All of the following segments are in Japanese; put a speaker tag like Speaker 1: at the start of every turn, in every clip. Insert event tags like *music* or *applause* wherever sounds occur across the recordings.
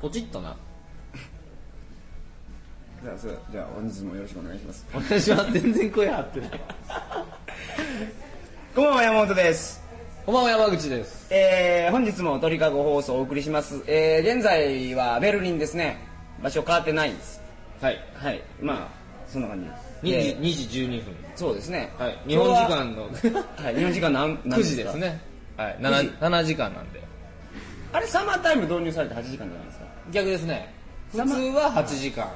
Speaker 1: ポチッとな
Speaker 2: じゃあそれじゃあ本日もよろしくお願いします
Speaker 1: お願いします全然声張ってない
Speaker 2: こんばんは山本です
Speaker 1: おばんは山口です
Speaker 2: えー、本日も鳥かご放送をお送りしますえー、現在はベルリンですね場所変わってないんです
Speaker 1: はい
Speaker 2: はいまあそんな感じです
Speaker 1: 2時
Speaker 2: で
Speaker 1: ,2 時12分
Speaker 2: そうですね
Speaker 1: はい日本時間の
Speaker 2: 間はい日本時間 *laughs* 何何
Speaker 1: 9時ですねはい 7, 7時間なんで
Speaker 2: あれサマータイム導入されて8時間じゃないですか
Speaker 1: 逆ですね普
Speaker 2: サ
Speaker 1: 通
Speaker 2: マ
Speaker 1: は8時間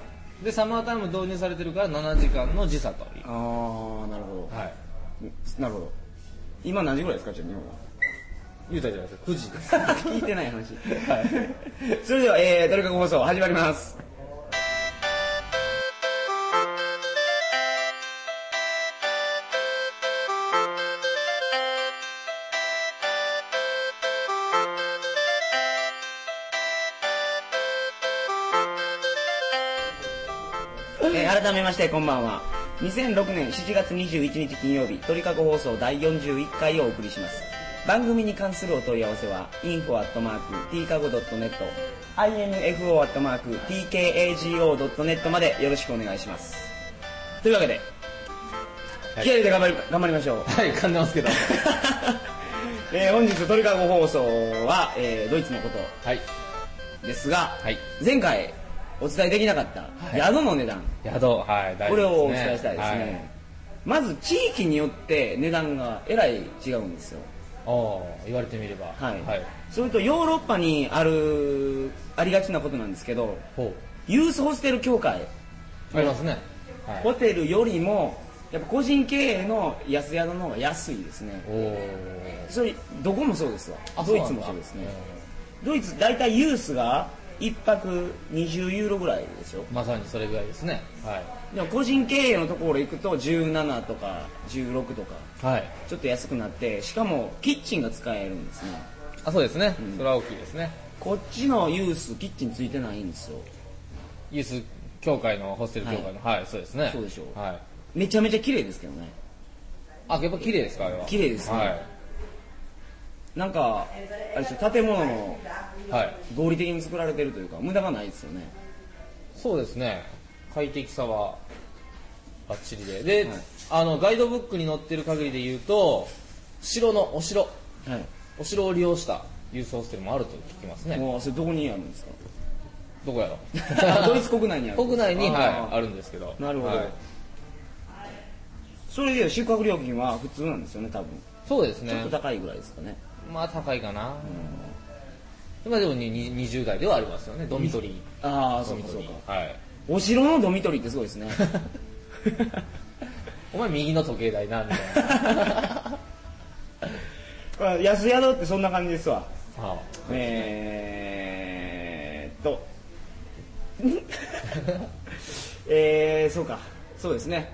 Speaker 1: でサマータイム導入されてるから7時間の時差という
Speaker 2: ああなるほ
Speaker 1: はい
Speaker 2: どなるほど今何時ぐらいですかじゃあ日本は
Speaker 1: 言うたじゃないですか9時です
Speaker 2: *laughs* 聞いてない話 *laughs* はいそれでは、えー、トリカゴ放送始まりますえー改めましてこんばんは2006年7月21日金曜日鳥かご放送第41回をお送りします番組に関するお問い合わせは info.tkago.net info.tkago.net までよろしくお願いしますというわけで気合い入れて頑張り頑張りましょう *laughs*
Speaker 1: はい噛んでますけど
Speaker 2: えー本日鳥かご放送は、えードイツのこと
Speaker 1: はい
Speaker 2: ですが、
Speaker 1: はい
Speaker 2: 前回お伝えできなかった
Speaker 1: はい
Speaker 2: 宿の値段、
Speaker 1: 宿はい大
Speaker 2: これを
Speaker 1: 事
Speaker 2: お
Speaker 1: ですね
Speaker 2: 伝えしたいですね、
Speaker 1: はい
Speaker 2: まず地域によって値段がえらい違うんですよ、
Speaker 1: おー言われてみれば
Speaker 2: はい
Speaker 1: はい、
Speaker 2: それとヨーロッパにあるありがちなことなんですけど
Speaker 1: ほ
Speaker 2: ユースホステル協会
Speaker 1: うありますね、はい、
Speaker 2: ホテルよりもやっぱ個人経営の安宿の方が安いですね
Speaker 1: おー
Speaker 2: それどこもそうですわ
Speaker 1: あ
Speaker 2: ドイツもそうですね
Speaker 1: な、んだ
Speaker 2: ドイツ大体ユースが1泊20ユーロぐらいでしょ
Speaker 1: うんまさにそれぐらいですねは
Speaker 2: でも個人経営のところ行くと17とか16と
Speaker 1: い、
Speaker 2: か
Speaker 1: はい、
Speaker 2: ちょっと安くなってしかもキッチンが使えるんですね
Speaker 1: あそうですね、それは大きいですね
Speaker 2: こっちのユースキッチンついてないんですよ
Speaker 1: ユース協会のホステル協会のはい、そうですね
Speaker 2: そうでしょう
Speaker 1: はい
Speaker 2: めちゃめちゃ綺麗ですけどね
Speaker 1: あやっぱ綺麗ですかあれは
Speaker 2: 綺麗ですね
Speaker 1: はい、
Speaker 2: なんかあれでしょ建物も
Speaker 1: はい、
Speaker 2: 合理的に作られてるというか無駄がないですよね
Speaker 1: そうですね快適さはバッチリでで、
Speaker 2: はい
Speaker 1: あのガイドブックに載ってる限りで言うと城のお城
Speaker 2: はい
Speaker 1: お城を利用したユースホステルもあると聞きますね
Speaker 2: もうそれどこにあるん *laughs* です
Speaker 1: どこやろ
Speaker 2: *laughs* かドイツ国内にある
Speaker 1: 国内にはい
Speaker 2: あー
Speaker 1: あるんですけど
Speaker 2: なるほど
Speaker 1: はい
Speaker 2: それで宿泊料金は普通なんですよね多分
Speaker 1: そうです
Speaker 2: ちょっ
Speaker 1: ね
Speaker 2: と高いぐらいですかね
Speaker 1: まあ高いかな、まあでもにに20代ではありますよねドミトリー
Speaker 2: ああ
Speaker 1: ド
Speaker 2: そう
Speaker 1: ミ
Speaker 2: か
Speaker 1: ト
Speaker 2: そ
Speaker 1: リ
Speaker 2: う
Speaker 1: ー
Speaker 2: か
Speaker 1: はい
Speaker 2: お城のドミトリーってすごいです *laughs* ね
Speaker 1: お前右の時計台なみたい
Speaker 2: *laughs*
Speaker 1: な
Speaker 2: まあ安宿ってそんな感じですわ
Speaker 1: あ
Speaker 2: えーっと、 *laughs* えー、そうか、そうですね、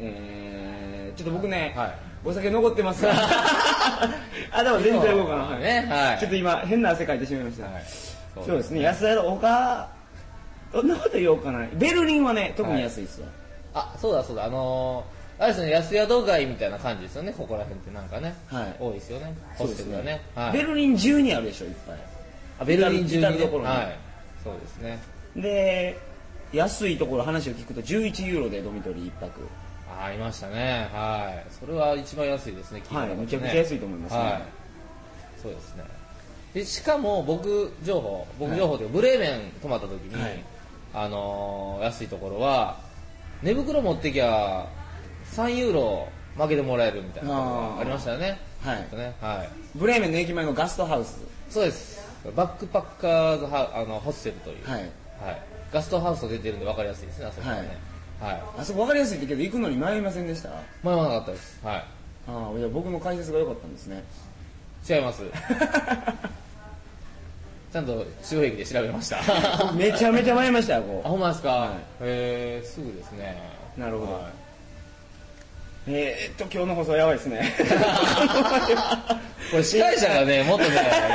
Speaker 2: えー、ちょっと僕ね、
Speaker 1: はい
Speaker 2: お酒残っ
Speaker 1: *laughs*
Speaker 2: てますからあ、でも全然動かな
Speaker 1: そうねはい
Speaker 2: ちょっと今、変な汗かいてしまいました、
Speaker 1: はい
Speaker 2: そうですね、安宿、他、どんなこと言おうかな、ベルリンはね、特に安いですわ、
Speaker 1: あそうだそうだあのー、あれですね安宿街みたいな感じですよねここら辺ってなんかね、
Speaker 2: はい
Speaker 1: 多いですよね
Speaker 2: そ
Speaker 1: ホ
Speaker 2: うで
Speaker 1: ス
Speaker 2: す
Speaker 1: テ
Speaker 2: ね
Speaker 1: ルがねはい
Speaker 2: ベルリン中にあるでしょ、いっぱい。
Speaker 1: あベルリン中に、
Speaker 2: 至る
Speaker 1: ね、
Speaker 2: 所に
Speaker 1: はいそうですね
Speaker 2: で安いところ話を聞くと11ユーロでドミトリー一泊
Speaker 1: ありましたねはいそれは一番安いですね聞いたことね
Speaker 2: はいめちゃくちゃ安いと思いますね
Speaker 1: はい、そうですねでしかも僕情報僕情報というか、ブレーメン泊まった時に、
Speaker 2: はい
Speaker 1: あのー安いところは寝袋持ってきゃ3ユーロ負けてもらえるみたいなところがありましたよね
Speaker 2: はい
Speaker 1: ちょっとねはい
Speaker 2: ブレーメンの駅前のガストハウス
Speaker 1: そうですバックパッカーズハあのホステルという、
Speaker 2: はいい
Speaker 1: ガストハウスと出てるんで分かりやすいですねあそこはねはい、
Speaker 2: あそこ分かりやすいってけど行くのに迷いませんでしたあ
Speaker 1: 迷わなかったですはい
Speaker 2: あいや僕の解説が良かったんですね *laughs*
Speaker 1: 違います *laughs* ちゃんと塩駅で調べま
Speaker 2: *laughs*
Speaker 1: したあ
Speaker 2: めちゃめちゃ迷いましたよこ
Speaker 1: ほんまですか、
Speaker 2: はい
Speaker 1: へえすぐですね
Speaker 2: うなるほど、
Speaker 1: はい *laughs*
Speaker 2: えー、っと今日の放送やばいです *laughs* ね
Speaker 1: これ司会者がねもっとね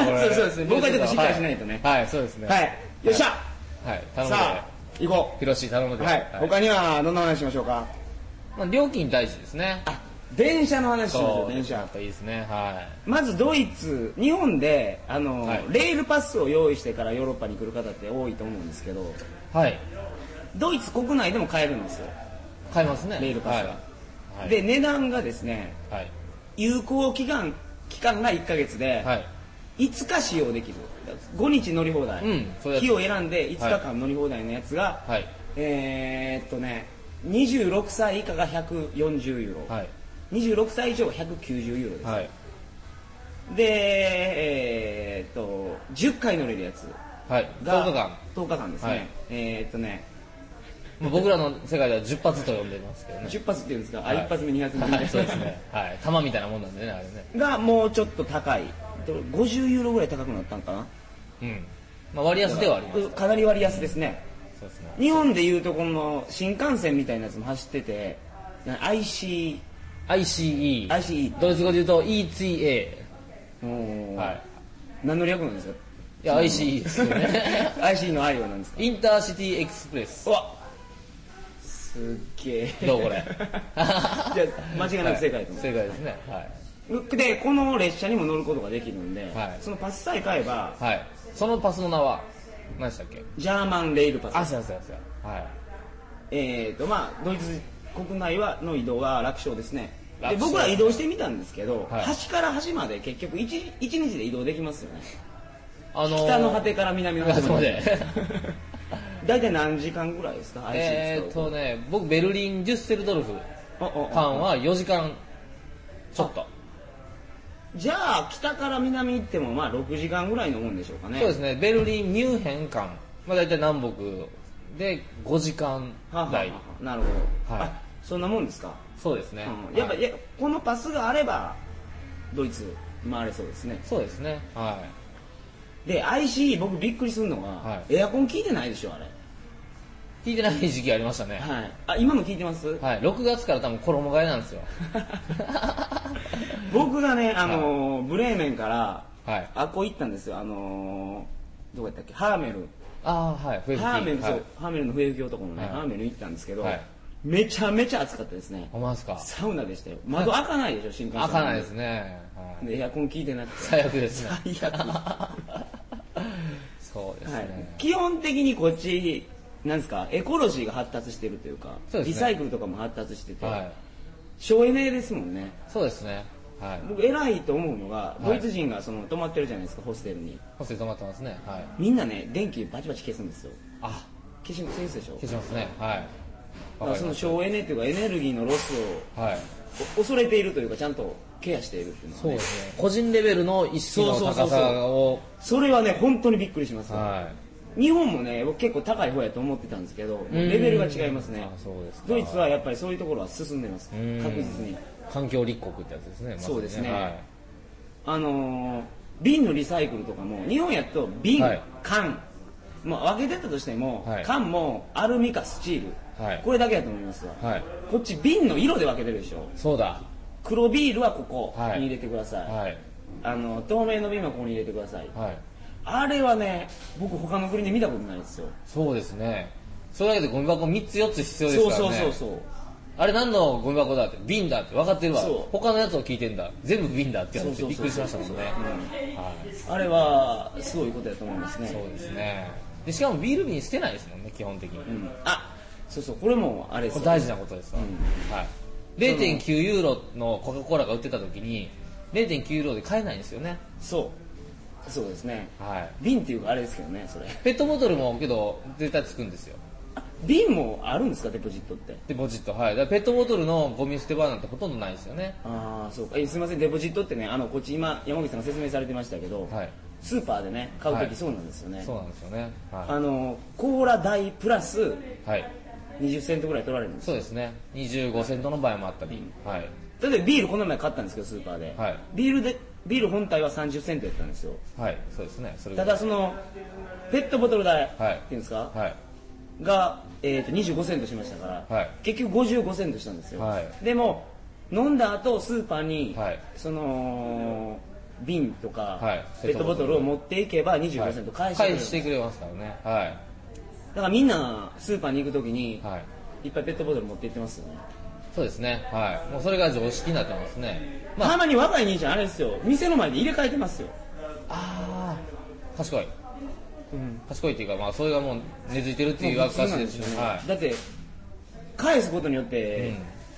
Speaker 1: これ
Speaker 2: *laughs* そうそうです僕はちょっとしっかりしないとね
Speaker 1: はい、はいそうですね、
Speaker 2: はいいよっしゃ、
Speaker 1: はい、頼むで
Speaker 2: さあ行こ
Speaker 1: 広し頼む
Speaker 2: う
Speaker 1: で
Speaker 2: はい、他にはどんな話しましょうか
Speaker 1: まあ、料金大事ですね
Speaker 2: あ電車の話しましょ
Speaker 1: そう
Speaker 2: う電車
Speaker 1: いいですねは
Speaker 2: まずドイツ日本であの、
Speaker 1: はい
Speaker 2: レールパスを用意してからヨーロッパに来る方って多いと思うんですけど
Speaker 1: いはい
Speaker 2: ドイツ国内でも買えるんですよ、
Speaker 1: 買いますね
Speaker 2: レールパスが
Speaker 1: はい、はい、
Speaker 2: で値段がですね
Speaker 1: はい
Speaker 2: 有効期間期間が1ヶ月で、
Speaker 1: はい
Speaker 2: 5日使用できる5日乗り放題、
Speaker 1: うんそうです
Speaker 2: 日を選んで5日間乗り放題のやつが、
Speaker 1: はい
Speaker 2: えー、っとね26歳以下が140ユーロ、
Speaker 1: はい
Speaker 2: 26歳以上が190ユーロです、
Speaker 1: はい
Speaker 2: でえー、っと10回乗れるやつ
Speaker 1: はい
Speaker 2: が
Speaker 1: 10日間
Speaker 2: 10日間ですね、
Speaker 1: はい
Speaker 2: えー、っとね
Speaker 1: もう僕らの世界では10発と呼んでますけどね
Speaker 2: 10発っていうんですか、
Speaker 1: はい
Speaker 2: あ1発目2発目
Speaker 1: はいそうですねはい玉みたいなもんなんでねあれね
Speaker 2: がもうちょっと高いど50ユーロぐらい高くなったんかな
Speaker 1: うんまあ割安ではあります
Speaker 2: かなり割安ですね、
Speaker 1: そうですね
Speaker 2: 日本でいうとこの新幹線みたいなやつも走っててな IC
Speaker 1: ICE
Speaker 2: ICE
Speaker 1: ドイツ語で言うと ETA
Speaker 2: うん
Speaker 1: はい
Speaker 2: 何の略なんですか
Speaker 1: いや ICE ですよ *laughs*
Speaker 2: *laughs*
Speaker 1: ね
Speaker 2: IC の I は何ですか
Speaker 1: インターシティエクスプレス
Speaker 2: うわすっげえ
Speaker 1: どうこれ
Speaker 2: *laughs* じゃあ間違いなく正解だと思う、
Speaker 1: はい正解ですねはい
Speaker 2: でこの列車にも乗ることができるんで、
Speaker 1: はい
Speaker 2: そのパスさえ買えば
Speaker 1: はい。そのパスの名は、何でしたっけ
Speaker 2: ジャーマンレールパス
Speaker 1: あ、そうやそうやそうや。はい。
Speaker 2: えーとまあ、ドイツ国内はの移動は楽勝ですね
Speaker 1: 楽
Speaker 2: で
Speaker 1: 勝
Speaker 2: 僕ら移動してみたんですけど、
Speaker 1: はい
Speaker 2: 端から端まで結局 1, 一日で移動できますよね
Speaker 1: あのー
Speaker 2: 北の果てから南の果てまで
Speaker 1: あそうで
Speaker 2: *laughs* 大体何時間ぐらいですか
Speaker 1: *laughs*
Speaker 2: IC
Speaker 1: えーっ
Speaker 2: 使う
Speaker 1: とね、僕、ベルリン、デュッセルドルフ
Speaker 2: おおお
Speaker 1: 間は4時間ちょっと。
Speaker 2: じゃあ北から南行ってもまあ6時間ぐらいのもんでしょうかね
Speaker 1: そうですね、ベルリン、ミュンヘン間、まあ大体南北で5時間
Speaker 2: はあはあは
Speaker 1: 台。
Speaker 2: あなるほど、
Speaker 1: はい
Speaker 2: あそんなもんですか、
Speaker 1: そうですね。
Speaker 2: うんやっぱ、
Speaker 1: はい
Speaker 2: いやこのパスがあればドイツ回れそうですね
Speaker 1: そうですね。は
Speaker 2: で ICE 僕びっくりするのが、
Speaker 1: は
Speaker 2: エアコン効いてないでしょあれ
Speaker 1: い。聞いてない時期ありました
Speaker 2: *laughs*
Speaker 1: ね。
Speaker 2: はい、あ今も聞いてます、
Speaker 1: *laughs* はい。6月から多分衣替えなんですよ。 *laughs*
Speaker 2: 僕がね、あのーブレーメンから、
Speaker 1: はい。
Speaker 2: あっこ行ったんですよ、あのーどこやったっけ、ハーメル、
Speaker 1: あー、はい。増えてきて
Speaker 2: ハーメル、そう
Speaker 1: はい
Speaker 2: ハーメルの笛吹き男のね、
Speaker 1: はい
Speaker 2: ハーメル行ったんですけど、
Speaker 1: はい
Speaker 2: めちゃめちゃ暑かったですね、
Speaker 1: ほんまですか
Speaker 2: サウナでしたよ、窓開かないでしょ、新幹線
Speaker 1: 開かないですね。はい
Speaker 2: でエアコン効いてなくて、
Speaker 1: 最悪ですね
Speaker 2: 最悪
Speaker 1: そうですね、
Speaker 2: はい、基本的にこっち、なんですか、エコロジーが発達してるというか、
Speaker 1: そうですね
Speaker 2: リサイクルとかも発達してて、
Speaker 1: はい、
Speaker 2: 省エネですもんね。
Speaker 1: そうですねはい
Speaker 2: 僕偉いと思うのが
Speaker 1: い
Speaker 2: ドイツ人がその泊まってるじゃないですかホステルに
Speaker 1: ホステル止まってますねはい
Speaker 2: みんなね電気バチバチ消すんですよ
Speaker 1: あ
Speaker 2: 消し消すでしょ
Speaker 1: 消しますねはい
Speaker 2: だ
Speaker 1: わ
Speaker 2: か
Speaker 1: からり
Speaker 2: そ
Speaker 1: ま
Speaker 2: の
Speaker 1: し
Speaker 2: 省エネっていうかエネルギーのロス
Speaker 1: たはい
Speaker 2: を恐れているというかちゃんとケアしているっていうのは
Speaker 1: そうですね個人レベルの意識の
Speaker 2: そ
Speaker 1: 高
Speaker 2: うそうそう
Speaker 1: さを
Speaker 2: それはね本当にびっくりしますよ
Speaker 1: は
Speaker 2: 日本もね僕結構高い方やと思ってたんですけどもう
Speaker 1: うん
Speaker 2: レベルが違いますね
Speaker 1: あそうですか
Speaker 2: ドイツはやっぱりそういうところは進んでます確
Speaker 1: うん
Speaker 2: 実に
Speaker 1: い環境立国ってやつですね,、まず
Speaker 2: そうですね
Speaker 1: はい
Speaker 2: あのー瓶のリサイクルとかも日本やと瓶、
Speaker 1: はい
Speaker 2: 缶、まあ、分けてたとしても、
Speaker 1: はい
Speaker 2: 缶もアルミかスチール、
Speaker 1: はい
Speaker 2: これだけやと思いますわ、
Speaker 1: はい、
Speaker 2: こっち瓶の色で分けてるでしょ
Speaker 1: そうだ
Speaker 2: 黒ビールはここ
Speaker 1: はい
Speaker 2: に入れてください、
Speaker 1: はい
Speaker 2: あの透明の瓶はここに入れてください
Speaker 1: はい
Speaker 2: あれはね僕他の国で見たことないですよ
Speaker 1: そうですねそれだけでゴミ箱3つ4つ必要です
Speaker 2: そう
Speaker 1: からね
Speaker 2: そうそうそう
Speaker 1: あれ何のゴミ箱だって瓶だって分かってるわ
Speaker 2: そう
Speaker 1: 他のやつを聞いてんだ全部瓶だってやって
Speaker 2: そうそうそう
Speaker 1: びっくりしましたもんねはい
Speaker 2: あれはすごいことやと思いますね
Speaker 1: そうですねでしかもビール瓶捨てないですもんね基本的に、
Speaker 2: うん、あそうそうこれもあれです
Speaker 1: こ
Speaker 2: よ
Speaker 1: れ大事なことですわ、はい、0.9ユーロのコカ・コーラが売ってた時に0.9ユーロで買えないんですよね、
Speaker 2: そうそうですね
Speaker 1: はい、
Speaker 2: 瓶っていうかあれですけどねそれ
Speaker 1: ペットボトルもけど絶対つくんですよ
Speaker 2: あ瓶もあるんですかデポジットって
Speaker 1: でポジットはいだからペットボトルのゴミ捨て場なんてほとんどないですよね
Speaker 2: ああそうかえすいませんデポジットってねあのこっち今山口さんが説明されてましたけど、
Speaker 1: はい
Speaker 2: スーパーでね買う
Speaker 1: は
Speaker 2: と
Speaker 1: い
Speaker 2: きそうなんですよね、
Speaker 1: そうなんですよねは
Speaker 2: あのコーラ代プラス
Speaker 1: い、はい、
Speaker 2: 20セントぐらい取られるんです
Speaker 1: そうですね25セントの場合もあったり、はい
Speaker 2: 例えばビールこの前買ったんですけどスーパーで、
Speaker 1: はい
Speaker 2: ビールでビール本体は30セントやったんですよ
Speaker 1: はいそうですねそれぐ
Speaker 2: た
Speaker 1: ら
Speaker 2: だ
Speaker 1: い
Speaker 2: そのペットボトル代って
Speaker 1: はい
Speaker 2: いうんですか、
Speaker 1: はい
Speaker 2: が、えー、と25セントしましたから、
Speaker 1: はい
Speaker 2: 結局55セントしたんですよ、
Speaker 1: はい
Speaker 2: でも飲んだ後スーパーに、
Speaker 1: はい
Speaker 2: その瓶とか、
Speaker 1: はい
Speaker 2: ペットボトルを持っていけば25セント返してくれる、
Speaker 1: 返してくれますからねは
Speaker 2: だからみんなスーパーに行く時に
Speaker 1: い、はい
Speaker 2: いっぱいペットボトル持って行ってますよね
Speaker 1: そうそうですねはいもうそれが常識になってますねま
Speaker 2: た
Speaker 1: あ
Speaker 2: まに若い兄ちゃんあれですよ店の前で入れ替えてますよ、
Speaker 1: あー賢い
Speaker 2: うん、
Speaker 1: 賢いっていうかまあそれがもう根付いてるっていう証です
Speaker 2: よ
Speaker 1: しはい
Speaker 2: だって返すことによって、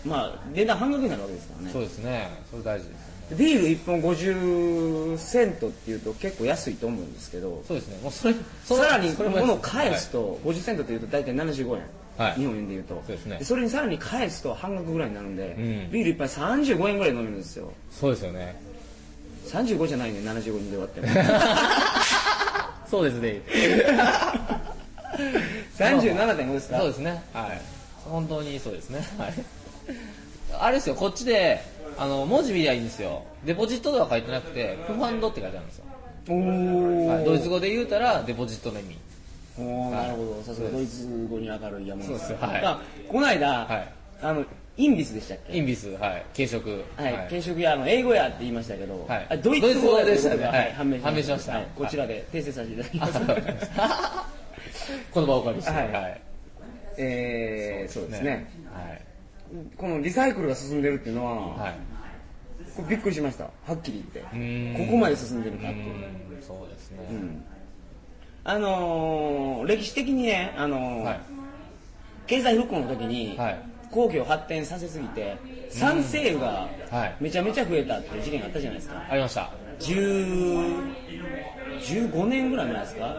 Speaker 2: まあ値段半額になるわけですからね
Speaker 1: そうですねそれ大事ですよね
Speaker 2: ビール1本50セントっていうと結構安いと思うんですけど
Speaker 1: そうですねもうそれその
Speaker 2: さらに
Speaker 1: そ
Speaker 2: こ
Speaker 1: れ
Speaker 2: れ
Speaker 1: もやつ
Speaker 2: 物を返すと50セントというと大体75円、
Speaker 1: はい
Speaker 2: 日本円でいうと
Speaker 1: そうですね
Speaker 2: それにさらに返すと半額ぐらいになるんで、
Speaker 1: うん
Speaker 2: ビール1杯35円ぐらい飲めるんですよ
Speaker 1: そうですよね
Speaker 2: 35じゃないね75円で終わって
Speaker 1: *laughs* そうですね
Speaker 2: 37.5ですか
Speaker 1: そうですねはい本当にそうですねはいあれですよこっちであの文字見りゃいいんですよデポジットでは書いてなくてプファンドって書いてあるんですよ、
Speaker 2: おお、
Speaker 1: はい、ドイツ語で言うたらデポジットの意味
Speaker 2: おーなるほどさすがドイツ語に明るい山本
Speaker 1: そう
Speaker 2: さん
Speaker 1: ですはい
Speaker 2: あこの間、
Speaker 1: はい
Speaker 2: あのインビスでしたっけ
Speaker 1: インビスはい軽食
Speaker 2: はい、軽食屋の英語屋って言いましたけど、
Speaker 1: はい
Speaker 2: あドイツ語でしたね、
Speaker 1: ドイツ語でしたね
Speaker 2: は
Speaker 1: はいい
Speaker 2: 判明
Speaker 1: 判明しました
Speaker 2: はいこちらで訂正させていただき
Speaker 1: あ
Speaker 2: ます。
Speaker 1: わかりましたこの場をお借りして
Speaker 2: は
Speaker 1: はいい、
Speaker 2: *laughs* えー、そうですね
Speaker 1: はい
Speaker 2: このリサイクルが進んでるっていうのは、
Speaker 1: はい
Speaker 2: これびっくりしましたはっきり言っ
Speaker 1: ーん
Speaker 2: てここまで進んでるか
Speaker 1: う
Speaker 2: っていう、
Speaker 1: ーんそうですね、
Speaker 2: うんあのー、歴史的にね、あのー
Speaker 1: はい
Speaker 2: 経済復興の時に、
Speaker 1: はい
Speaker 2: 工業発展させすぎて産政婦が
Speaker 1: はい
Speaker 2: めちゃめちゃ増えたっていう事件があったじゃないですか、
Speaker 1: ありました
Speaker 2: 10 15年ぐらい前ですか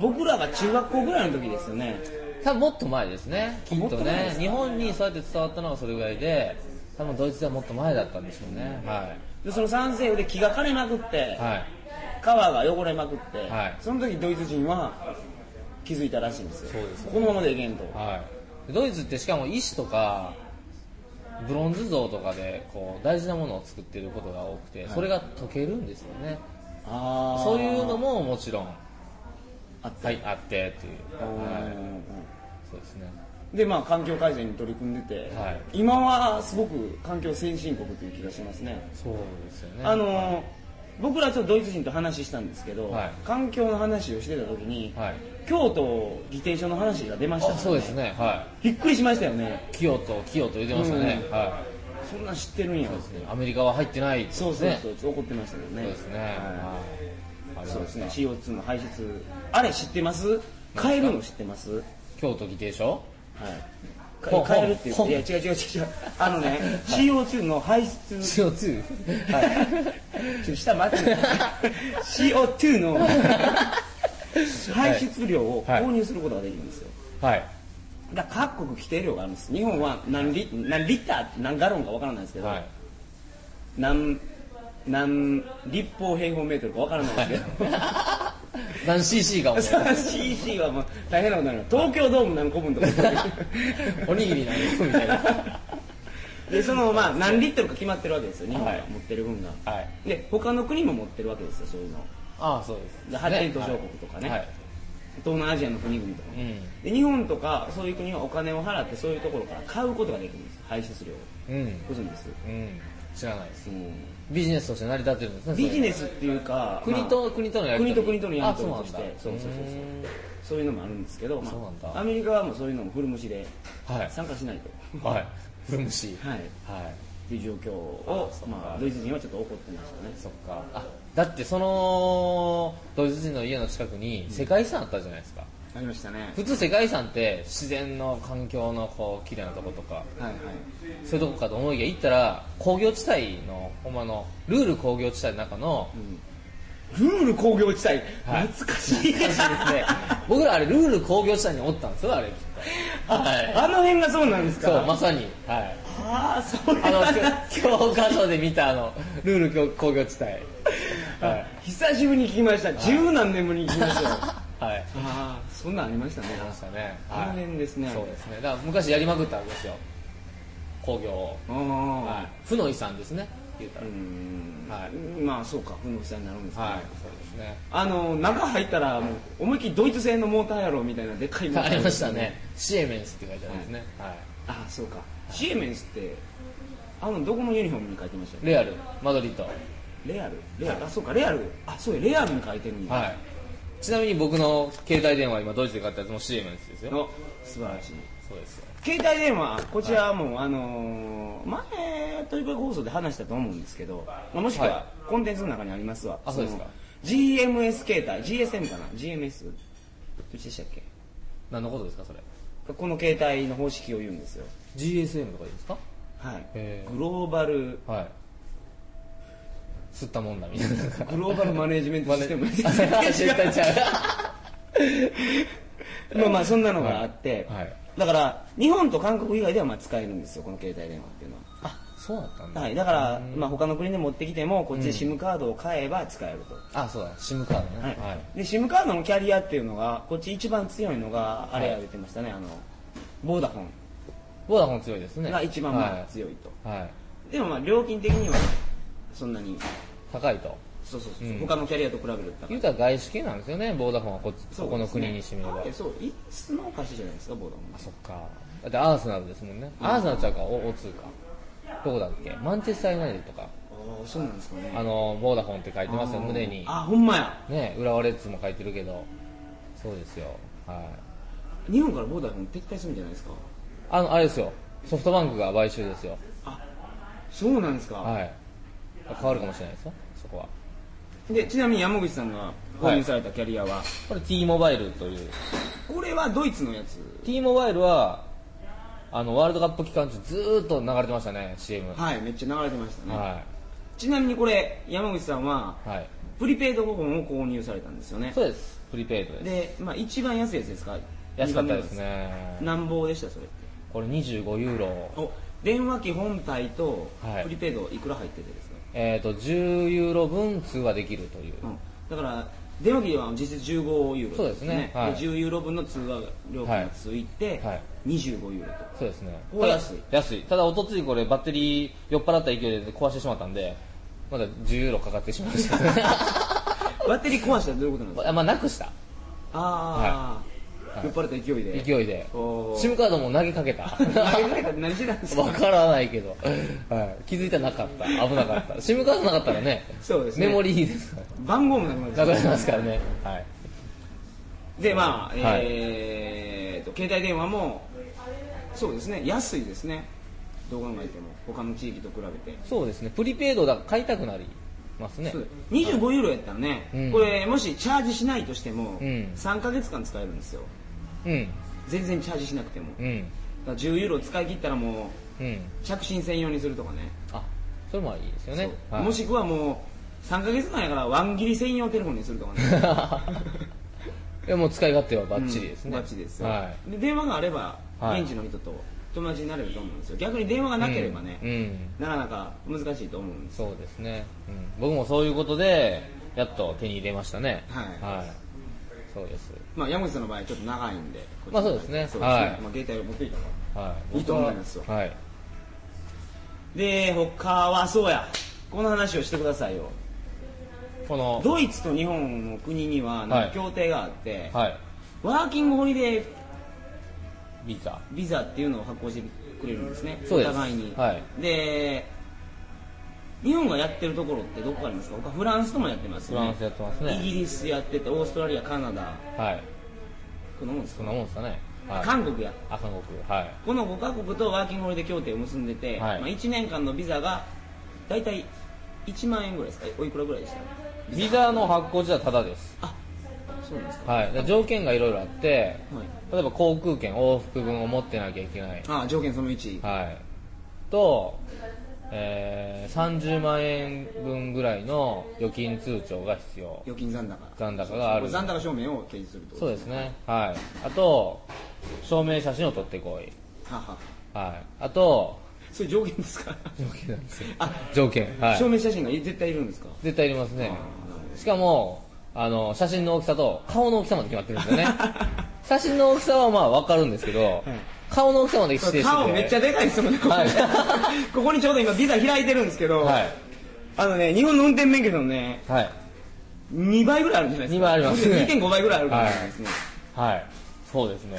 Speaker 2: 僕らが中学校ぐらいの時ですよね
Speaker 1: 多分もっと前ですねき
Speaker 2: もっ
Speaker 1: っ
Speaker 2: と
Speaker 1: と
Speaker 2: 前で
Speaker 1: ね
Speaker 2: すか
Speaker 1: 日本にそうやって伝わったのがそれぐらいで多分ドイツではもっと前だったんでしょうね、は
Speaker 2: でその賛成で気が枯れまくって
Speaker 1: い、はい
Speaker 2: 川が汚れまくって、
Speaker 1: はい
Speaker 2: その時ドイツ人は気づいたらしいんですよ
Speaker 1: そうですね
Speaker 2: このままでいけんと
Speaker 1: はい、ドイツってしかも石とかブロンズ像とかでこう大事なものを作ってることが多くて、それが溶けるんですよね
Speaker 2: あー
Speaker 1: そういうのももちろん、
Speaker 2: あった、
Speaker 1: はい、あってっていう、
Speaker 2: うん
Speaker 1: はい、そうですね
Speaker 2: でまあ環境改善に取り組んでて、
Speaker 1: はい
Speaker 2: 今はすごく環境先進国という気がしますね
Speaker 1: そうですよね
Speaker 2: あのー僕らちょっとドイツ人と話したんですけど、
Speaker 1: はい
Speaker 2: 環境の話をしてた時に、
Speaker 1: はい
Speaker 2: 京都議定書の話が出ました
Speaker 1: あそうですねは
Speaker 2: びっくりしましたよね
Speaker 1: い清と清と言ってましたね、
Speaker 2: う
Speaker 1: は
Speaker 2: そんなん知ってるんや
Speaker 1: いそうですねアメリカは入ってないって
Speaker 2: そうそうそう、怒ってましたけどね
Speaker 1: そうですね
Speaker 2: は
Speaker 1: はいあ
Speaker 2: い
Speaker 1: り
Speaker 2: そう
Speaker 1: ま
Speaker 2: です
Speaker 1: す
Speaker 2: ね CO2 の排出あれ知ってます
Speaker 1: か
Speaker 2: 変えるの知ってますはい
Speaker 1: 京都議定書
Speaker 2: か
Speaker 1: ほん
Speaker 2: 変えるっていう
Speaker 1: ほん
Speaker 2: いや違う違う違う違うあの *laughs* ね CO2 の排出
Speaker 1: CO2
Speaker 2: はいちょっと下待って *laughs* CO2 *laughs* の排出量を購入することができるんですよ
Speaker 1: はい
Speaker 2: だから各国規定量があるんです日本は何リ何リッター何ガロンかわからないですけど、
Speaker 1: はい
Speaker 2: 何何立方平方メートルかわからないですけど、
Speaker 1: *laughs* 何 CC かもね
Speaker 2: CC はもう大変なことになる東京ドーム何個分
Speaker 1: *laughs*
Speaker 2: とか
Speaker 1: おにぎり何個みたいな
Speaker 2: でそのまあ何リットルか決まってるわけですよ日本が
Speaker 1: はい
Speaker 2: 持ってる分が、
Speaker 1: はい
Speaker 2: で他の国も持ってるわけですよそういうの
Speaker 1: ああそうです、
Speaker 2: で発展途上国とかね
Speaker 1: はい、
Speaker 2: 東南アジアの国々とか、
Speaker 1: う
Speaker 2: で日本とかそういう国はお金を払ってそういうところから買うことができるんです排出量を
Speaker 1: んうん
Speaker 2: ご存知です、
Speaker 1: うん知らないです
Speaker 2: うん
Speaker 1: ビジネスとして成り立ってるんですね
Speaker 2: ビジネ
Speaker 1: ス
Speaker 2: スっていうか
Speaker 1: 国
Speaker 2: ま
Speaker 1: と
Speaker 2: あ
Speaker 1: 国とのやり取り
Speaker 2: 国と国とのやり取りとし
Speaker 1: あ
Speaker 2: て
Speaker 1: そうなんだ
Speaker 2: そうそうそうそ
Speaker 1: ー
Speaker 2: う
Speaker 1: ん
Speaker 2: そういうのもあるんですけど、まあ
Speaker 1: そうなんだ
Speaker 2: アメリカはもうそういうのも古虫で
Speaker 1: はい
Speaker 2: 参加し
Speaker 1: *laughs*
Speaker 2: ないと、
Speaker 1: はい古虫
Speaker 2: はい、っ
Speaker 1: はい
Speaker 2: ていう状況を
Speaker 1: あそっか
Speaker 2: まあ、ドイツ人はちょっと怒ってましたね
Speaker 1: そっかあだってそのドイツ人の家の近くに世界遺産あったじゃないですか、
Speaker 2: ありましたね
Speaker 1: 普通世界遺産って自然の環境のこう綺麗なとことか
Speaker 2: はいはい
Speaker 1: そういうとこかと思いきや行ったら工業地帯のほんまのルール工業地帯の中の
Speaker 2: ルール工業地帯、
Speaker 1: はい
Speaker 2: 懐かしい
Speaker 1: 懐かしいです *laughs* ね僕らあれルール工業地帯におったんですよあれきっとはい
Speaker 2: あの辺がそうなんですか
Speaker 1: そうまさにはい
Speaker 2: ああそう
Speaker 1: あ
Speaker 2: な
Speaker 1: の
Speaker 2: んだ
Speaker 1: き *laughs* ょ教科書で見たあのルール工業地帯は
Speaker 2: 久しぶりに聞きました十何年ぶりに聞きま
Speaker 1: *laughs*
Speaker 2: したよあ
Speaker 1: いはい
Speaker 2: あそんなんありましたね
Speaker 1: ありましたね
Speaker 2: あの
Speaker 1: はい
Speaker 2: 辺ですね
Speaker 1: そうですねだから昔やりまくったわけですよ工業を、
Speaker 2: あ
Speaker 1: は
Speaker 2: あ
Speaker 1: い、負の遺産ですね言うた
Speaker 2: う
Speaker 1: ら
Speaker 2: ーん、
Speaker 1: はい
Speaker 2: まあそうか負の負債になるんですけど、
Speaker 1: はいそうですね
Speaker 2: あの中入ったらもう思いっきりドイツ製のモーターやろみたいなでっかいモータ
Speaker 1: あ
Speaker 2: ー
Speaker 1: りましたねシエメンスって書いてあるんですね、はい
Speaker 2: あそうかシエメンスってあのどこのユニフォームに書いてましたっ
Speaker 1: レアルマドリッド
Speaker 2: けレアルレアルあそうかレアルあそうやレアルに書いてるんや、
Speaker 1: はいちなみに僕の携帯電話今ドイツで買ったやつもシエメンスですよ
Speaker 2: お素晴らしい
Speaker 1: そうですよ
Speaker 2: 携帯電話、こちらはもう、あのー前、トリプル放送で話したと思うんですけど、まあもしくは、
Speaker 1: は
Speaker 2: コンテンツの中にありますわ。
Speaker 1: あそうですか
Speaker 2: の GMS 携帯、GSM かな ?GMS? どっちでしたっけ
Speaker 1: 何のことですかそれ
Speaker 2: この携帯の方式を言うんですよ。
Speaker 1: GSM とかいいですか
Speaker 2: はい。
Speaker 1: へー
Speaker 2: グローバル、
Speaker 1: はい吸ったもんだみたいな
Speaker 2: グローバルマネジメントシステム。
Speaker 1: 絶対ちゃ
Speaker 2: まあまあ、そんなのがあって、
Speaker 1: はいはい
Speaker 2: だから、日本と韓国以外ではまあ使えるんですよ、この携帯電話っていうのは。
Speaker 1: うあそうだったんだ、
Speaker 2: はい、だから、まあ、他の国で持ってきてもこっちで SIM カードを買えば使えると、
Speaker 1: あそうだ SIM カードね
Speaker 2: はいで SIM カードのキャリアっていうのがこっち一番強いのがあれ
Speaker 1: はい
Speaker 2: 挙げてましたね、あのボーダフォ
Speaker 1: ボーダフォン強いですね
Speaker 2: ンが一番まあ強いと、
Speaker 1: はい、はい
Speaker 2: でもまあ料金的にはそんなに
Speaker 1: 高いと
Speaker 2: そうそうそう、
Speaker 1: うん
Speaker 2: 他のキャリアと比べると高い
Speaker 1: 言うたら外資系なんですよねボーダフォンはこっち
Speaker 2: そう
Speaker 1: ここの国に
Speaker 2: し
Speaker 1: してみれば
Speaker 2: そうイギリスの会社じゃないですかボーダフォン
Speaker 1: あそっかだってアーセナルですもんね、アーセナルちゃうかおオツーかどこだっけマンチェスター・ユナイテッドとか
Speaker 2: ああそうなんですかね
Speaker 1: あのボーダフォンって書いてますよ
Speaker 2: あー
Speaker 1: 胸に
Speaker 2: あほんまや
Speaker 1: ね浦和レッズも書いてるけどそうですよはい
Speaker 2: 日本からボーダフォン撤退するんじゃないですか
Speaker 1: あのあれですよソフトバンクが買収ですよ
Speaker 2: あそうなんですか、
Speaker 1: はい変わるかもしれないですよそこは
Speaker 2: でちなみに山口さんが購入されたキャリアは、
Speaker 1: これ T モバイルという
Speaker 2: これはドイツのやつ
Speaker 1: T モバイルはあのワールドカップ期間中ずーっと流れてましたね CM は
Speaker 2: はいめっちゃ流れてました
Speaker 1: い
Speaker 2: ね、
Speaker 1: は、
Speaker 2: ちなみにこれ山口さんはいプリペイド5本を購入されたんですよね
Speaker 1: そうですプリペイドです
Speaker 2: で、まあ、一番安いやつですか
Speaker 1: 安かったです
Speaker 2: 二
Speaker 1: ね
Speaker 2: 番目のやつなんぼでしたそれって
Speaker 1: これ25ユーロ
Speaker 2: お電話機本体と
Speaker 1: はい
Speaker 2: プリペイドいくら入っててですか、
Speaker 1: えー、と10ユーロ分通話できるという、
Speaker 2: うん、だから電話機では実質15ユーロ
Speaker 1: そうですねはい
Speaker 2: 10ユーロ分の通話料金がついて、
Speaker 1: はいはい
Speaker 2: 25ユーロと
Speaker 1: そうですね
Speaker 2: これ安い
Speaker 1: ただ安いただおとついこれバッテリー酔っ払った勢いで壊してしまったんでまだ10ユーロかかってし
Speaker 2: *laughs*
Speaker 1: まいました
Speaker 2: バッテリー壊したらどういうことなんですか
Speaker 1: まあなくした
Speaker 2: ああ、
Speaker 1: はい
Speaker 2: 酔っ払った勢いで
Speaker 1: 勢いで
Speaker 2: おー
Speaker 1: SIM カードも投げかけた
Speaker 2: 投げられたら何してたん
Speaker 1: *laughs*
Speaker 2: ですか
Speaker 1: わからないけど、はい、気づいたらなかった危なかった SIM カードなかったらね
Speaker 2: そうですね
Speaker 1: メモリーですか
Speaker 2: 番号もなくなっちゃ
Speaker 1: ら
Speaker 2: う
Speaker 1: なくなりますからねはい
Speaker 2: でまあ、
Speaker 1: はい
Speaker 2: えーと携帯電話もそうですね安いですねどう考えても他の地域と比べて、
Speaker 1: そうですねプリペイドだから買いたくなりますね
Speaker 2: そう25ユーロやったらね、
Speaker 1: うん
Speaker 2: これもしチャージしないとしても、
Speaker 1: うん
Speaker 2: 3ヶ月間使えるんですよ
Speaker 1: うん
Speaker 2: 全然チャージしなくてもだか
Speaker 1: うん
Speaker 2: ら10ユーロ使い切ったらも
Speaker 1: うん
Speaker 2: う着信専用にするとかね
Speaker 1: あそれもいいですよね、
Speaker 2: そう
Speaker 1: はい
Speaker 2: もしくはもう3ヶ月間やからワン切り専用テレフォンにするとかね
Speaker 1: *laughs* いやもう使い勝手はバッチリですね、
Speaker 2: うんバッチリですよ、
Speaker 1: は
Speaker 2: で電話があれば
Speaker 1: はい
Speaker 2: 現地の人と友達になれると思うんですよ逆に電話が
Speaker 1: い
Speaker 2: なければね、
Speaker 1: うん、うん
Speaker 2: なかなか難しいと思うんです
Speaker 1: そうですね、うん、僕もそういうことでやっと手に入れましたね
Speaker 2: はい
Speaker 1: そうです
Speaker 2: まあ山口さんの場合ちょっと長いんで
Speaker 1: まあそうですね
Speaker 2: そうですね、
Speaker 1: はい
Speaker 2: まあ、携帯を持っていたか
Speaker 1: はい
Speaker 2: いいと思いますよ
Speaker 1: はい
Speaker 2: らで他はそうやこの話をしてくださいよ
Speaker 1: この
Speaker 2: ドイツと日本の国にはなんか協定があって、
Speaker 1: はい
Speaker 2: ワーキングホリデー
Speaker 1: ビザ
Speaker 2: ビザっていうのを発行してくれるんですね
Speaker 1: そうです
Speaker 2: お互いに、
Speaker 1: は
Speaker 2: で日本がやってるところってどこありますか他フランスともやってます
Speaker 1: フ
Speaker 2: よ
Speaker 1: ラ
Speaker 2: ね
Speaker 1: ンスやってますね
Speaker 2: イギリスやっててオーストラリアカナダ
Speaker 1: はい
Speaker 2: このもんです
Speaker 1: そ
Speaker 2: か
Speaker 1: んなもんですかね、はい、
Speaker 2: 韓国や
Speaker 1: あ韓国はい
Speaker 2: この5カ国とワーキングホリデー協定を結んでて、
Speaker 1: はい
Speaker 2: まあ、1年間のビザが大体1万円ぐらいですかおいくらぐらいでした
Speaker 1: ビザの発行時はタダです
Speaker 2: あそうなんですか
Speaker 1: はいで条件がいろいろあって
Speaker 2: はい
Speaker 1: 例えば航空券往復分を持ってなきゃいけない
Speaker 2: ああ条件その1
Speaker 1: はい、と、えー、30万円分ぐらいの預金通帳が必要
Speaker 2: 預金残高
Speaker 1: 残高がある
Speaker 2: そうそうこれ残高証明を提示するってこと
Speaker 1: そう
Speaker 2: で
Speaker 1: ですね、はい、あと証明写真を撮ってこい、
Speaker 2: すはは
Speaker 1: はい、あと
Speaker 2: それ条件ですか
Speaker 1: 条件なんですよ
Speaker 2: あ
Speaker 1: 条件は
Speaker 2: 証
Speaker 1: い
Speaker 2: 明写真が絶対いるんですか
Speaker 1: 絶対いりますねしかもあの写真の大きさと顔の大きさまで決まってるんです
Speaker 2: *laughs*
Speaker 1: よね写真の大きさはまあ分かるんですけど、顔の大きさまで指定してて
Speaker 2: 顔めっちゃでかいですもんね、
Speaker 1: は
Speaker 2: *laughs* ここにちょうど今ビザ開いてるんですけど、
Speaker 1: はい、
Speaker 2: あのね日本の運転免許のね
Speaker 1: はい
Speaker 2: 2倍ぐらいあるんじゃないですか
Speaker 1: 2倍ありますね
Speaker 2: 2.5倍ぐらいあるかもしれないですね、
Speaker 1: はい。そうですね。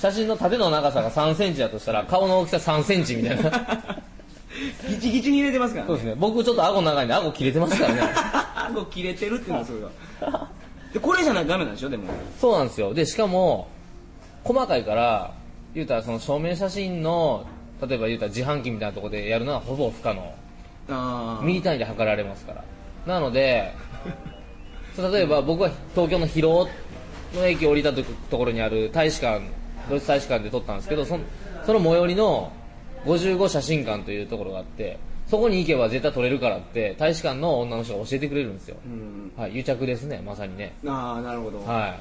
Speaker 1: 写真の縦の長さが3センチだとしたら、顔の大きさ3センチみたい
Speaker 2: *laughs*
Speaker 1: な。
Speaker 2: ギチギチに入れてますから
Speaker 1: そう
Speaker 2: ね
Speaker 1: ですね。僕ちょっと顎長いんで、顎切れてますからね。
Speaker 2: *laughs* 顎切れてるっていうのはそれがでこれじゃないとダメなんでしょでも
Speaker 1: そうなんですよ。で、しかも、細かいから、言うたらその証明写真の例えば言うたら自販機みたいなところでやるのはほぼ不可能
Speaker 2: あ
Speaker 1: ミリ単位で測られますからなのでそう例えば僕は東京の広尾の駅を降りたとところにある大使館ドイツ大使館で撮ったんですけどそのその最寄りの55写真館というところがあってそこに行けば絶対撮れるからって大使館の女の人が教えてくれるんですよ、
Speaker 2: うん
Speaker 1: はい、癒着ですねまさにね
Speaker 2: ああなるほど
Speaker 1: は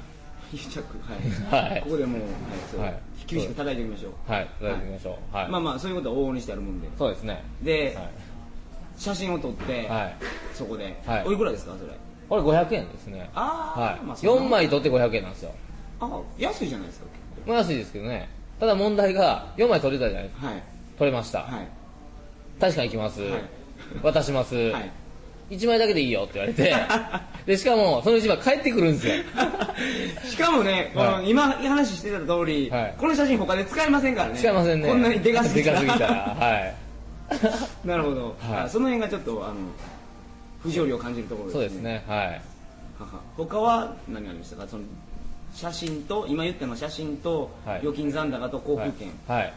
Speaker 2: 癒着
Speaker 1: は
Speaker 2: はいいここでもうはいそう
Speaker 1: はい
Speaker 2: 厳しく叩いてみましょう
Speaker 1: いはい叩いてみましょう、はい
Speaker 2: まあまあそういうことは往々にしてあるもんで
Speaker 1: そうですね
Speaker 2: で
Speaker 1: はい
Speaker 2: 写真を撮って
Speaker 1: はい
Speaker 2: そこで
Speaker 1: はい
Speaker 2: おいくらですかそれ
Speaker 1: これ500円ですねは
Speaker 2: あ
Speaker 1: い、
Speaker 2: あまあそんな
Speaker 1: 4枚取って500円なんですよ
Speaker 2: あ安いじゃないですか
Speaker 1: まあ安いですけどねただ問題が4枚取れたじゃないですか
Speaker 2: はい
Speaker 1: 取れました、
Speaker 2: はい
Speaker 1: 確かに行きます、
Speaker 2: はい
Speaker 1: 渡します、
Speaker 2: はい
Speaker 1: 1枚だけでいいよって言われ
Speaker 2: *laughs*
Speaker 1: てでしかもその1枚返ってくるんですよ
Speaker 2: *laughs* しかもね、こ
Speaker 1: は
Speaker 2: の今話してた通り、
Speaker 1: はい
Speaker 2: この写真他で使えませんからね
Speaker 1: 使いませんね
Speaker 2: こんなにでかすぎたら
Speaker 1: でかすぎたらはい
Speaker 2: *laughs*
Speaker 1: *laughs*
Speaker 2: なるほど、
Speaker 1: はい
Speaker 2: あその辺がちょっとあの不条理を感じるところです
Speaker 1: そう
Speaker 2: ね
Speaker 1: ですねはい
Speaker 2: はは他は何がありましたかその写真と今言ったのは写真と、
Speaker 1: はい
Speaker 2: 預金残高と交
Speaker 1: は
Speaker 2: 付
Speaker 1: い
Speaker 2: 券、、
Speaker 1: はい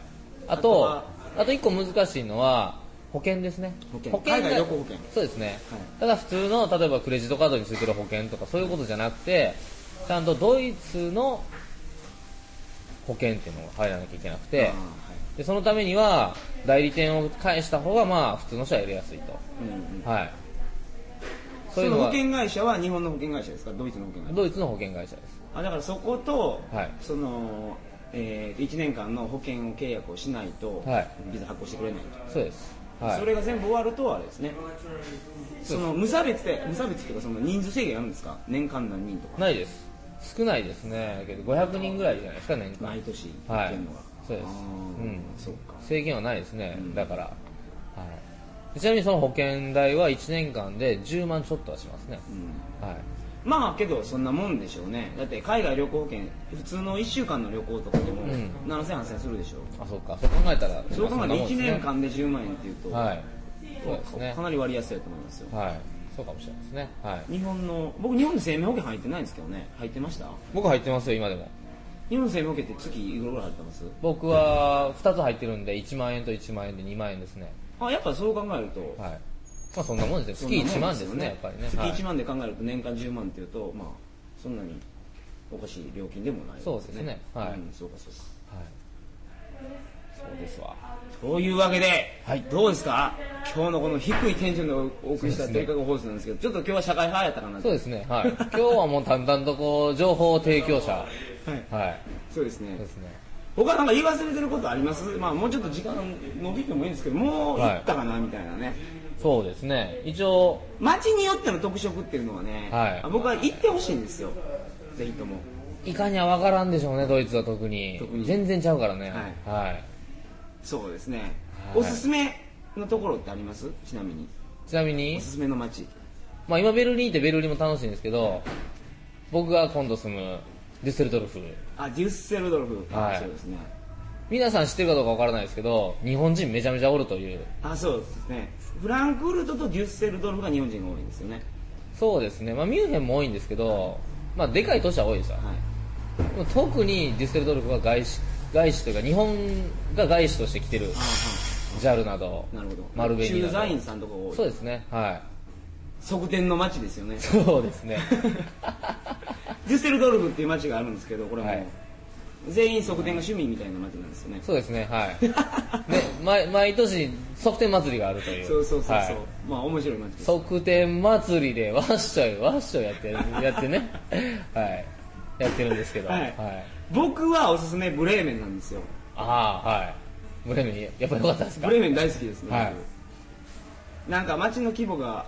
Speaker 1: あ
Speaker 2: あと
Speaker 1: と
Speaker 2: は
Speaker 1: あと1個難しいのは保険ですね
Speaker 2: 保険
Speaker 1: が
Speaker 2: 海外旅行保険
Speaker 1: そうですね、
Speaker 2: はい
Speaker 1: ただ普通の例えばクレジットカードについてる保険とかそういうことじゃなくてちゃんとドイツの保険っていうのが入らなきゃいけなくて
Speaker 2: あ
Speaker 1: でそのためには代理店を返した方がまあ普通の人はやりやすいと、
Speaker 2: ーはいうんうん
Speaker 1: はい、
Speaker 2: そ
Speaker 1: そういう
Speaker 2: の
Speaker 1: の
Speaker 2: 保
Speaker 1: は
Speaker 2: 険会社は日本の保険会社ですかドイツの保険会社
Speaker 1: ドイツの保険会社です
Speaker 2: あだからそこと、
Speaker 1: はい
Speaker 2: その、え1年間の保険を契約をしないと、
Speaker 1: はい
Speaker 2: ビザ発行してくれないと
Speaker 1: そうです、はい、
Speaker 2: それが全部終わるとあれですねその無差別で無差別っていうかその人数制限あるんですか年間何人とか
Speaker 1: ないです少ないですねけど500人ぐらいじゃないですか年間
Speaker 2: 毎年
Speaker 1: は
Speaker 2: やっ
Speaker 1: い
Speaker 2: てるのが、
Speaker 1: そうです
Speaker 2: あー
Speaker 1: うん
Speaker 2: そうか
Speaker 1: 制限はないですね、
Speaker 2: うん
Speaker 1: だから、はい、ちなみにその保険代は1年間で10万ちょっとはしますね、
Speaker 2: うん
Speaker 1: はい、
Speaker 2: まあけどそんなもんでしょうねだって海外旅行保険普通の1週間の旅行とかでも
Speaker 1: ん
Speaker 2: 70008000するでしょう
Speaker 1: あそうかそう考えたら
Speaker 2: そう考え
Speaker 1: まあ
Speaker 2: て
Speaker 1: んなもん
Speaker 2: 1
Speaker 1: ですね
Speaker 2: 年間で10万円っていうと、
Speaker 1: はいそうですね
Speaker 2: かなり割安やと思いますよ
Speaker 1: はいそうかもしれないですね、はい、
Speaker 2: 日本の僕日本の生命保険入ってないんですけどね入ってました
Speaker 1: 僕入ってますよ今でも
Speaker 2: 日本の生命保険って月いくらぐらい入ってます
Speaker 1: 僕は2つ入ってるんで1万円と1万円で2万円ですね
Speaker 2: あやっぱそう考えると、
Speaker 1: はいまあそんなもんです
Speaker 2: そ
Speaker 1: よ
Speaker 2: ん
Speaker 1: 月
Speaker 2: なもん
Speaker 1: 1万ですねやっぱりね
Speaker 2: 月
Speaker 1: はい
Speaker 2: 1万で考えると年間10万っていうと、まあ、そんなにおかしい料金でもない
Speaker 1: そうですねはい
Speaker 2: うん、そうかそうか
Speaker 1: はい、そうですわ
Speaker 2: というわけで、
Speaker 1: はい
Speaker 2: どうですか今日のこの低いテンションでお送りした
Speaker 1: そうですね
Speaker 2: トリカゴ放送なんですけどちょっと今日は社会派やったかな
Speaker 1: そう
Speaker 2: で
Speaker 1: ですねはい今日はもう淡々とこう情報提供者
Speaker 2: す、はい、
Speaker 1: はい
Speaker 2: そうです
Speaker 1: そう
Speaker 2: ね
Speaker 1: ですね
Speaker 2: 他なんか言い忘れてることありますまあもうちょっと時間伸びてもいいんですけどもう
Speaker 1: はい
Speaker 2: 行ったかな、みたいなね
Speaker 1: そうですね一応
Speaker 2: 街によっての特色っていうのはね、
Speaker 1: はい
Speaker 2: あ僕は行ってほしいんですよぜひとも
Speaker 1: いかには分からんでしょうねドイツは特に
Speaker 2: 特に
Speaker 1: 全然ちゃうからね
Speaker 2: は
Speaker 1: はい、
Speaker 2: そうですね、
Speaker 1: はい
Speaker 2: おすすめのところってありますちなみに
Speaker 1: ちなみに
Speaker 2: おすすめの街
Speaker 1: まあ、今ベルリンってベルリンも楽しいんですけど僕が今度住むデュッセルドルフ
Speaker 2: あデュッセルドルフ、
Speaker 1: はい
Speaker 2: そうですね
Speaker 1: 皆さん知ってるかどうかわからないですけど日本人めちゃめちゃおるという
Speaker 2: あそうですねフランクフルトとデュッセルドルフが日本人が多いんですよね
Speaker 1: そうですね、まあ、ミュンヘンも多いんですけど、まあ、でかい都市は多いですよ
Speaker 2: はい
Speaker 1: でも特にデュッセルドルフは外資外資というか日本が外資として来てる
Speaker 2: ああ
Speaker 1: JAL など
Speaker 2: なるほど
Speaker 1: マルベニ
Speaker 2: 駐在
Speaker 1: な
Speaker 2: 員
Speaker 1: ど
Speaker 2: さんとかが多い
Speaker 1: そうですねはい
Speaker 2: 側転の街ですよね
Speaker 1: そうですね
Speaker 2: デュッセルドルフっていう街があるんですけどこれも、
Speaker 1: はい
Speaker 2: 全員側転が趣味みたいな街なんですよね、
Speaker 1: そうですねはい
Speaker 2: *laughs*
Speaker 1: で毎毎年側転祭りがあるという
Speaker 2: そうそうそうそう、
Speaker 1: はい
Speaker 2: まあ面白い街です
Speaker 1: 側転祭りでわっしょいわっしょいやってやってねはいやってるんですけど、
Speaker 2: はい僕はおすすめブレーメンなんですよ
Speaker 1: ああはいブレーメンやっぱ良かったですか
Speaker 2: ブレーメン大好きですね、
Speaker 1: はい
Speaker 2: 僕なんか街の規模が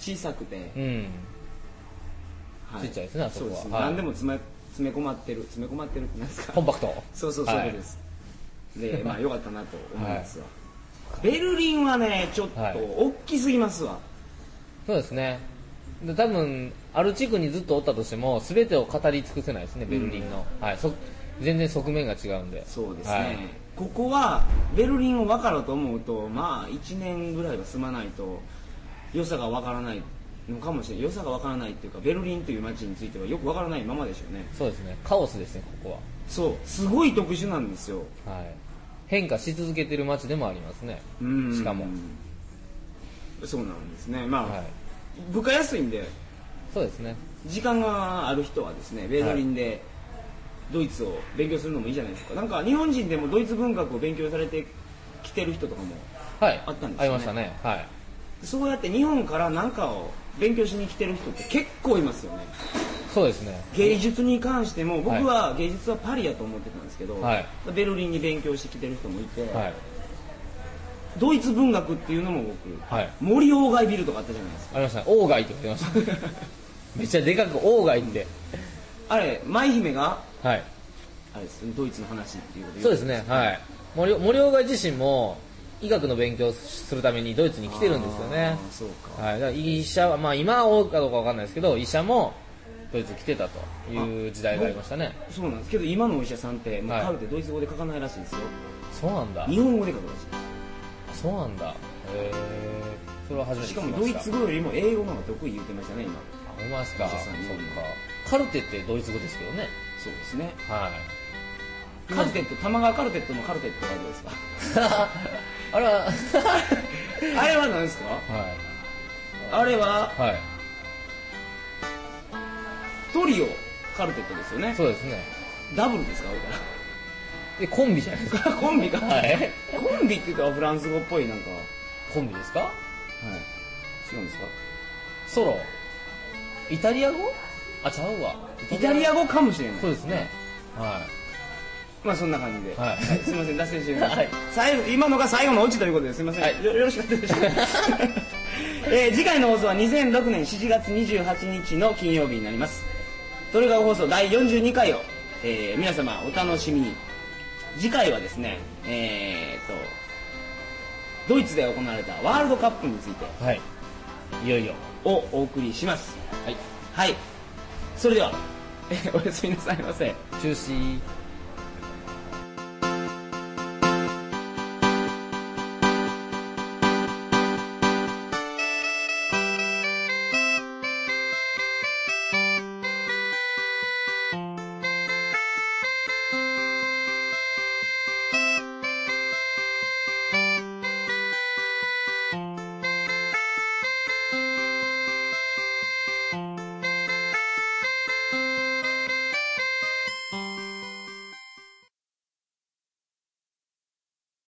Speaker 2: 小さくて、
Speaker 1: うん
Speaker 2: は
Speaker 1: ちっちゃいですねあそこは
Speaker 2: うです
Speaker 1: はい
Speaker 2: 何でも詰め詰め込まってる詰め込まってるってなんです
Speaker 1: コ
Speaker 2: か
Speaker 1: ンパクト
Speaker 2: そうそうそういうことです、でまあ良かったなと思いますわ、ベルリンはねちょっと
Speaker 1: はい
Speaker 2: 大きすぎますわ、
Speaker 1: そうですねで多分ある地区にずっとおったとしても全てを語り尽くせないですねベルリンの、はい、そ全然側面が違うんで
Speaker 2: そうですね、
Speaker 1: はい
Speaker 2: ここはベルリンを分かろうと思うとまあ1年ぐらいは住まないと良さが分からないのかもしれない良さが分からないっていうかベルリンという街についてはよく分からないままでしょうね
Speaker 1: そうですねカオスですねここは
Speaker 2: そうすごい特殊なんですよ、
Speaker 1: はい、変化し続けてる街でもありますね
Speaker 2: うん
Speaker 1: しかも
Speaker 2: そうなんですねまあ、
Speaker 1: はい
Speaker 2: 部下安いんで
Speaker 1: そうですね
Speaker 2: 時間がある人はですねベーダリンでドイツを勉強するのもいいじゃないですかなんか日本人でもドイツ文学を勉強されてきてる人とかも
Speaker 1: はい
Speaker 2: あったんですよね
Speaker 1: ありましたねはい
Speaker 2: そうやって日本から何かを勉強しに来てる人って結構いますよね
Speaker 1: そうですね
Speaker 2: 芸術に関しても僕は芸術はパリやと思ってたんですけど、
Speaker 1: はい
Speaker 2: ベルリンに勉強してきてる人もいて、
Speaker 1: はい
Speaker 2: ドイツ文学っていうのも僕、
Speaker 1: はい
Speaker 2: 森鴎外ビルとかあったじゃないですか
Speaker 1: ありましたね外って言ってました *laughs* めっちゃでかく外って
Speaker 2: あれ舞姫が
Speaker 1: はい
Speaker 2: あれですドイツの話っていうこと
Speaker 1: そうですねはい森森岡自身も医学の勉強をするためにドイツに来てるんですよね
Speaker 2: あーそうか
Speaker 1: はい、だから医者は、まあ、今は多いかどうかわかんないですけど医者もドイツ来てたという時代がありましたね
Speaker 2: そうなんですけど今のお医者さんってもう
Speaker 1: はい
Speaker 2: カルテドイツ語で書かないらしいんですよ、
Speaker 1: そうなんだ
Speaker 2: 日本語で書くらしいで
Speaker 1: そうなんだへえそれは初め
Speaker 2: す
Speaker 1: て
Speaker 2: し
Speaker 1: 聞
Speaker 2: か
Speaker 1: きまし
Speaker 2: も
Speaker 1: た
Speaker 2: ドイツ語よりも英語の方が得意言ってましたね今
Speaker 1: あほんまですか
Speaker 2: お医
Speaker 1: そ
Speaker 2: 者
Speaker 1: っ
Speaker 2: さ
Speaker 1: か
Speaker 2: んに
Speaker 1: カルテってドイツ語ですけどね
Speaker 2: そうですね
Speaker 1: はい
Speaker 2: カルテット玉川カルテットのカルテットはどうですか
Speaker 1: *laughs* あれはは
Speaker 2: *laughs* あれは何ですか
Speaker 1: い
Speaker 2: あれは
Speaker 1: はい
Speaker 2: トリオカルテットですよね
Speaker 1: そうですね
Speaker 2: ダブルですか
Speaker 1: でコンビじゃないです
Speaker 2: だ
Speaker 1: か
Speaker 2: *laughs* からコンビか、
Speaker 1: はい
Speaker 2: コンビって言ったらフランス語っぽいなんか、は
Speaker 1: コンビですか
Speaker 2: い、違うんですか
Speaker 1: ソロイタリア語あちゃうわ
Speaker 2: イタリア語かもしれない
Speaker 1: そうですねは
Speaker 2: まあそんな感じで、
Speaker 1: はい
Speaker 2: すいません脱線してみました、
Speaker 1: はい
Speaker 2: 最後今のが最後のオチということですいません、
Speaker 1: はい
Speaker 2: よよろしかったでしょ
Speaker 1: *laughs*
Speaker 2: うかえー次回の放送は2006年7月28日の金曜日になりますトリガー放送第42回を、えー皆様お楽しみに次回はですねえー、とドイツで行われたワールドカップについて
Speaker 1: いはいいよいよ
Speaker 2: をお送りします
Speaker 1: はい
Speaker 2: *laughs* はいそれでは、えーおやすみなさいませ
Speaker 1: 中止